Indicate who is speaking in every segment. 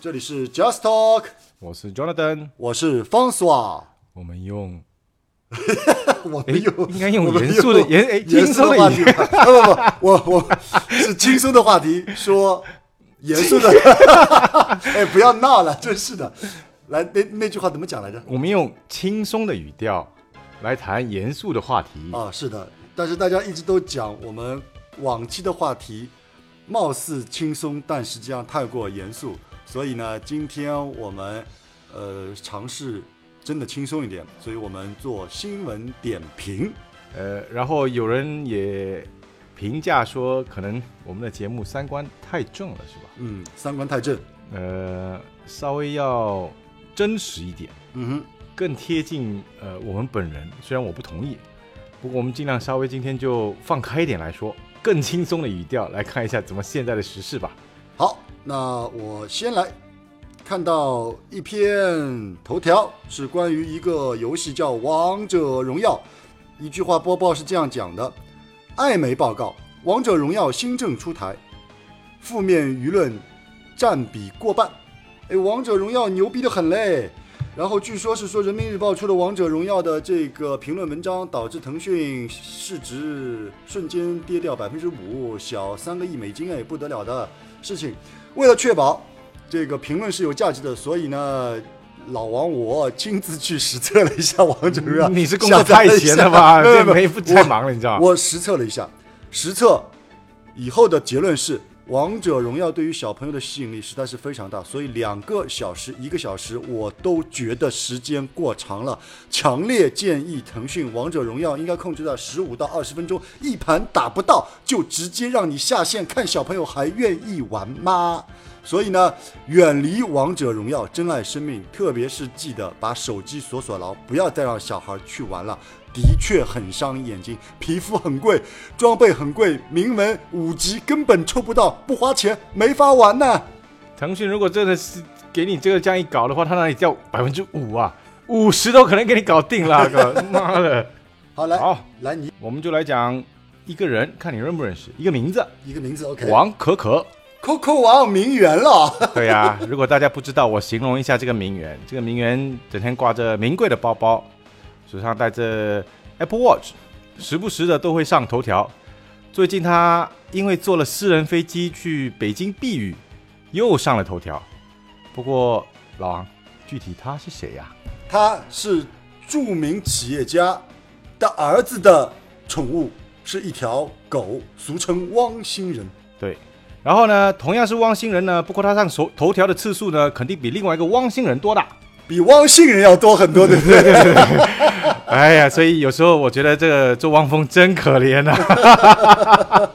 Speaker 1: 这里是 Just Talk，
Speaker 2: 我是 Jonathan，
Speaker 1: 我是方苏啊。
Speaker 2: 我们用
Speaker 1: 我
Speaker 2: 哎
Speaker 1: 没有，
Speaker 2: 应该用
Speaker 1: 我们
Speaker 2: 严肃的
Speaker 1: 用
Speaker 2: 严哎
Speaker 1: 严
Speaker 2: 轻
Speaker 1: 肃
Speaker 2: 松
Speaker 1: 的
Speaker 2: 的
Speaker 1: 话
Speaker 2: 语
Speaker 1: 题吧，不不不，我我是轻松的话题说严肃的， 哎，不要闹了，真是的。来，那那句话怎么讲来着？
Speaker 2: 我们用轻松的语调来谈严肃的话题。
Speaker 1: 啊，是的，但是大家一直都讲我们往期的话题貌似轻松，但实际上太过严肃，所以呢，今天我们呃尝试真的轻松一点，所以我们做新闻点评。
Speaker 2: 呃，然后有人也评价说，可能我们的节目三观太正了，是吧？
Speaker 1: 嗯，三观太正。
Speaker 2: 呃，稍微要真实一点，
Speaker 1: 嗯
Speaker 2: 更贴近呃我们本人。虽然我不同意，不过我们尽量稍微今天就放开一点来说，更轻松的语调来看一下怎么现在的时事吧。
Speaker 1: 哼，好，那我先来看到一篇头条是关于一个游戏叫《王者荣耀》，一句话播报是这样讲的：艾媒报告，《王者荣耀》新政出台，负面舆论占比过半。哎，《王者荣耀》牛逼的很嘞。然后据说是说，《人民日报》出了《王者荣耀》的这个评论文章，导致腾讯市值瞬间跌掉百分之五，小三个亿美金，哎，不得了的事情。为了确保这个评论是有价值的，所以呢，老王我亲自去实测了一下《 王者荣耀》，
Speaker 2: 你是工作太闲了吧？
Speaker 1: 下载一下
Speaker 2: 这没不太忙了，你知道吗？
Speaker 1: 我实测了一下，实测以后的结论是，《王者荣耀》对于小朋友的吸引力实在是非常大，所以两个小时、一个小时我都觉得时间过长了。强烈建议腾讯《王者荣耀》应该控制在十五到二十分钟，一盘打不到就直接让你下线，看小朋友还愿意玩吗？所以呢，远离王者荣耀，珍爱生命，特别是记得把手机锁锁牢，不要再让小孩去玩了。的确很伤眼睛，皮肤很贵，装备很贵，名门五级根本抽不到，不花钱没法玩呢。
Speaker 2: 腾讯如果真的是给你这个这样一搞的话，他那里掉百分之五啊，五十都可能给你搞定 了，哥，妈的！
Speaker 1: 好，来，
Speaker 2: 好，
Speaker 1: 来你
Speaker 2: 我们就来讲一个人，看你认不认识，一个名字，
Speaker 1: 一个名字，OK？
Speaker 2: 王可可。
Speaker 1: ，Coco 王名媛了，
Speaker 2: 对呀、啊如果大家不知道，我形容一下这个名媛。这个名媛整天挂着名贵的包包，手上戴着 Apple Watch，时不时的都会上头条。最近她因为坐了私人飞机去北京避雨，又上了头条。不过老王，具体她是谁呀、
Speaker 1: 他是著名企业家的儿子的宠物，是一条狗，俗称汪星人。
Speaker 2: 对，然后呢，同样是汪星人呢，不过他上头头条的次数呢，肯定比另外一个汪星人多的。
Speaker 1: 比汪星人要多很多，对不对？
Speaker 2: 哎呀，所以有时候我觉得这个周汪峰真可怜啊呐、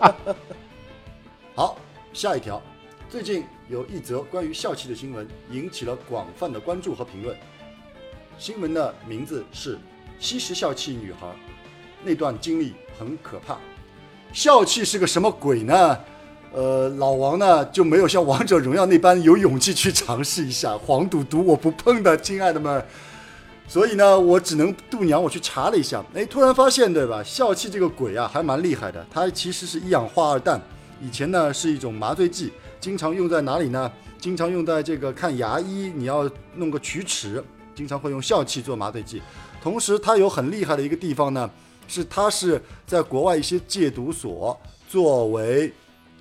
Speaker 1: 好，下一条，最近有一则关于校气的新闻引起了广泛的关注和评论。新闻的名字是“吸食笑气女孩”，那段经历很可怕。笑气是个什么鬼呢？呃，老王呢就没有像王者荣耀那般有勇气去尝试一下黄赌毒，我不碰的，亲爱的们。所以呢，我只能度娘我去查了一下，哎，突然发现，对吧？笑气这个鬼啊，还蛮厉害的。它其实是一氧化二氮，以前呢是一种麻醉剂，经常用在哪里呢？经常用在这个看牙医，你要弄个龋齿，经常会用笑气做麻醉剂。同时，它有很厉害的一个地方呢，是它是在国外一些戒毒所作为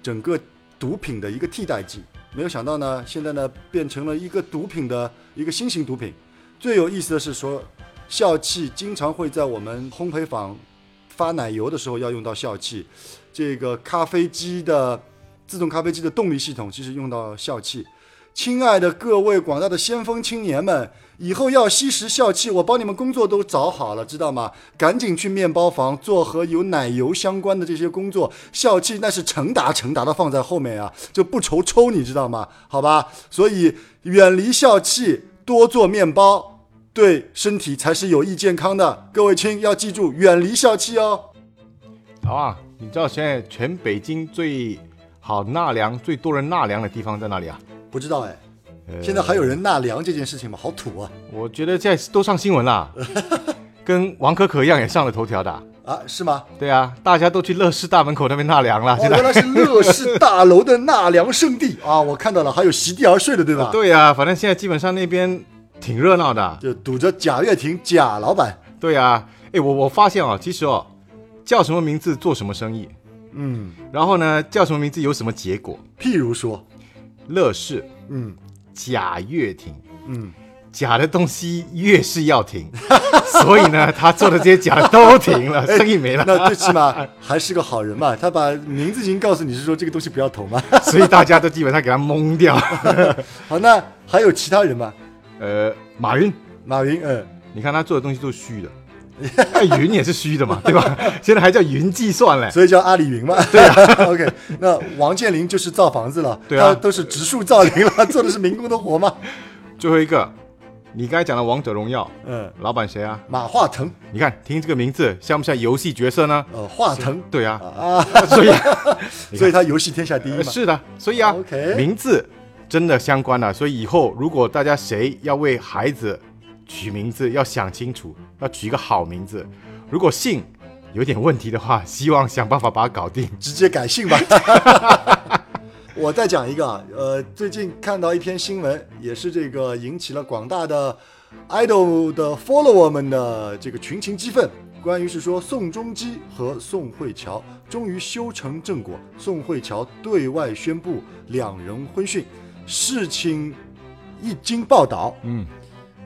Speaker 1: 整个毒品的一个替代剂。没有想到呢，现在呢变成了一个毒品的一个新型毒品。最有意思的是说，笑气经常会在我们烘焙坊发奶油的时候要用到笑气，这个咖啡机的自动咖啡机的动力系统其实用到笑气。亲爱的各位广大的先锋青年们，以后要吸食笑气，我帮你们工作都找好了，知道吗？赶紧去面包房做和有奶油相关的这些工作，笑气那是成沓成沓的放在后面啊，就不愁抽，你知道吗？好吧，所以远离笑气，多做面包，对身体才是有益健康的。各位亲要记住，远离笑气哦。
Speaker 2: 老王，啊你知道现在全北京最好纳凉、最多人纳凉的地方在哪里啊？
Speaker 1: 不知道哎，现在还有人纳凉这件事情吗？
Speaker 2: 呃
Speaker 1: 好土啊！
Speaker 2: 我觉得现在都上新闻啦，跟王可可一样也上了头条的啊。
Speaker 1: 啊、啊，是吗？
Speaker 2: 对啊，大家都去乐视大门口那边纳凉了，
Speaker 1: 哦，
Speaker 2: 啊现在。
Speaker 1: 原来是乐视大楼的纳凉圣地啊！我看到了，还有席地而睡的，对吧？
Speaker 2: 对呀、啊，反正现在基本上那边挺热闹的。啊
Speaker 1: 就堵着贾跃亭贾老板，
Speaker 2: 对啊，哎，我我发现哦，其实哦，叫什么名字做什么生意，
Speaker 1: 嗯，
Speaker 2: 然后呢，叫什么名字有什么结果。
Speaker 1: 譬如说，
Speaker 2: 乐视、
Speaker 1: 嗯
Speaker 2: 贾跃亭，
Speaker 1: 嗯，
Speaker 2: 假的东西越是要停， 所以呢，他做的这些假的都 停
Speaker 1: 哎
Speaker 2: 了，生意没了，
Speaker 1: 那最起码还是个好人嘛，他把名字已经告诉你是说这个东西不要投嘛。
Speaker 2: 所以大家都基本上给他蒙掉。
Speaker 1: 好，那还有其他人吗？
Speaker 2: 呃，马云，
Speaker 1: 马云，嗯，
Speaker 2: 你看他做的东西都是 虚的，那云也是虚的嘛，对吧？ 现在还叫云计算嘞。
Speaker 1: 所以叫阿里云 嘛。对啊。OK，那 王健林就是造房子了，
Speaker 2: 对啊
Speaker 1: 他都是植树造林了，做的是民工的活嘛。
Speaker 2: 最后一个，你刚才讲的王者荣耀，
Speaker 1: 嗯，
Speaker 2: 老板谁啊？
Speaker 1: 马化腾，
Speaker 2: 你看听这个名字像不像游戏角色呢？
Speaker 1: 呃，化腾
Speaker 2: 对啊，
Speaker 1: 啊，
Speaker 2: 所以
Speaker 1: 所以他游戏天下第一
Speaker 2: 呃
Speaker 1: 嘛。
Speaker 2: 是的，所以啊
Speaker 1: 哦 OK
Speaker 2: 名字真的相关的，所以以后如果大家谁要为孩子取名字，要想清楚，要取一个好名字。如果姓有点问题的话，希望想办法把它搞定。
Speaker 1: 直接改姓吧。我再讲一个啊，呃，最近看到一篇新闻，也是这个引起了广大的 idol 的 follower 们的这个群情激愤。关于是说宋仲基和宋慧乔终于修成正果，宋慧乔对外宣布两人婚讯，事情一经报道，
Speaker 2: 嗯，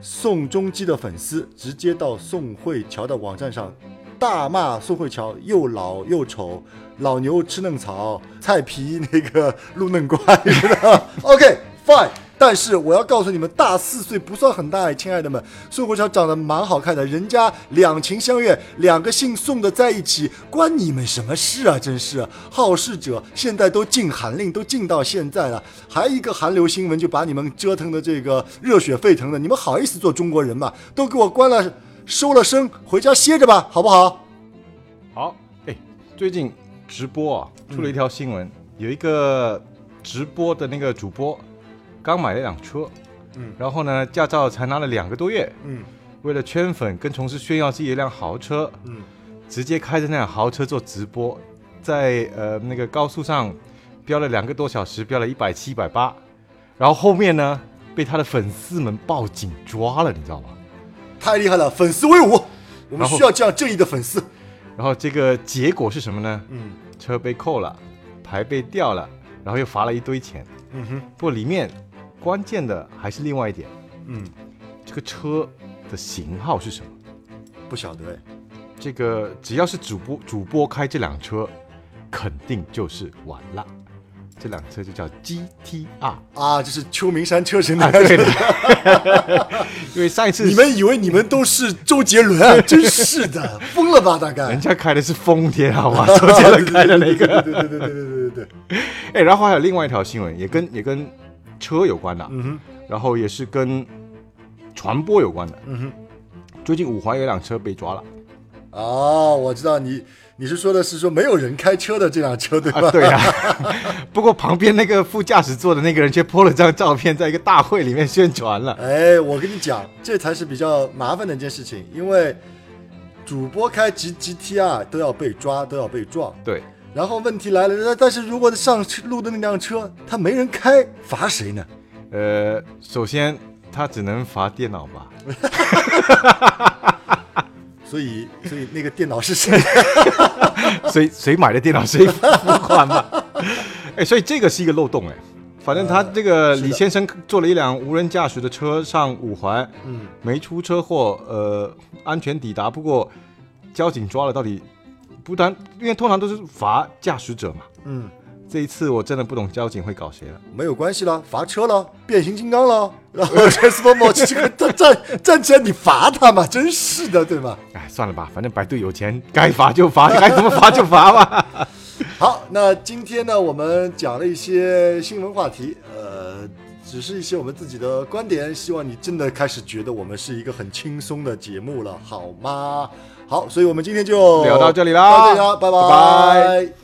Speaker 1: 宋仲基的粉丝直接到宋慧乔的网站上大骂宋慧乔又老又丑，老牛吃嫩草，菜皮那个露嫩瓜，你知道吗？OK fine，但是我要告诉你们，大四岁不算很大，亲爱的们，宋慧乔长得蛮好看的，人家两情相悦，两个姓宋的在一起，关你们什么事啊？真是好事者，现在都禁韩令，都禁到现在了，还一个韩流新闻就把你们折腾的这个热血沸腾的，你们好意思做中国人吗？都给我关了，收了声，回家歇着吧，好不好？
Speaker 2: 好，哎，最近直播啊出了一条新闻，有一个直播的那个主播刚买了一辆车，
Speaker 1: 嗯，
Speaker 2: 然后呢驾照才拿了两个多月，
Speaker 1: 嗯
Speaker 2: 为了圈粉跟同事炫耀自己的一辆豪车，
Speaker 1: 嗯，
Speaker 2: 直接开着那辆豪车做直播，在呃那个高速上飙了两个多小时，飙了一百七、一百八，然后后面呢被他的粉丝们报警抓了，你知道吗？
Speaker 1: 太厉害了，粉丝威武，我们
Speaker 2: 然后
Speaker 1: 需要这样正义的粉丝。
Speaker 2: 然后这个结果是什么呢？
Speaker 1: 嗯
Speaker 2: 车被扣了，牌被掉了，然后又罚了一堆钱。
Speaker 1: 嗯哼
Speaker 2: 不过里面关键的还是另外一点，
Speaker 1: 嗯，
Speaker 2: 这个车的型号是什么？
Speaker 1: 不晓得哎，
Speaker 2: 这个只要是主播主播开这辆车，肯定就是完了。这辆车就叫 GTR，
Speaker 1: 啊，这是秋名山车神的。
Speaker 2: 对的， 因为上一次
Speaker 1: 你们以为你们都是周杰伦啊？真是的，疯了吧？大概
Speaker 2: 人。家开的是丰田，好吧， 周杰伦开的那个。
Speaker 1: 对对对对对对对对。
Speaker 2: 哎，然后还有另外一条新闻，也跟也跟车有关的，
Speaker 1: 嗯哼
Speaker 2: 然后也是跟传播有关的。
Speaker 1: 嗯哼。
Speaker 2: 最近五环有一辆车被抓了
Speaker 1: 哦，我知道你你是说的是说没有人开车的这辆车对吧？
Speaker 2: 啊， 对呀、不过旁边那个副驾驶座的那个人却 po 了张照片，在一个大会里面宣传了。
Speaker 1: 哎，我跟你讲，这才是比较麻烦的一件事情，因为主播开 G G T R 都要被抓，都要被撞。
Speaker 2: 对，
Speaker 1: 然后问题来了，但但是如果上路的那辆车他没人开，罚谁呢？
Speaker 2: 呃，首先他只能罚电脑 吧，
Speaker 1: 所以，所以那个电脑是谁？
Speaker 2: 谁谁买的电脑谁付款 吧。哎，所以这个是一个漏洞哎。反正他这个
Speaker 1: 是的
Speaker 2: 李先生坐了一辆无人驾驶的车上五环，
Speaker 1: 嗯，
Speaker 2: 没出车祸，呃，安全抵达。不过交警抓了，到底不单因为通常都是罚驾驶者嘛。
Speaker 1: 嗯，
Speaker 2: 这一次我真的不懂交警会搞谁了。
Speaker 1: 没有关系了，罚车了，变形金刚了，然后 Transformer 这个站站站起来，你罚他嘛，真是的，对吧？
Speaker 2: 哎，算了吧，反正百度有钱，该罚就罚，该怎么罚就罚吧。
Speaker 1: 好，那今天呢，我们讲了一些新闻话题，呃，只是一些我们自己的观点，希望你真的开始觉得我们是一个很轻松的节目了，好吗？好，所以我们今天就
Speaker 2: 聊到这里啦
Speaker 1: 到这里啦，拜
Speaker 2: 拜
Speaker 1: 拜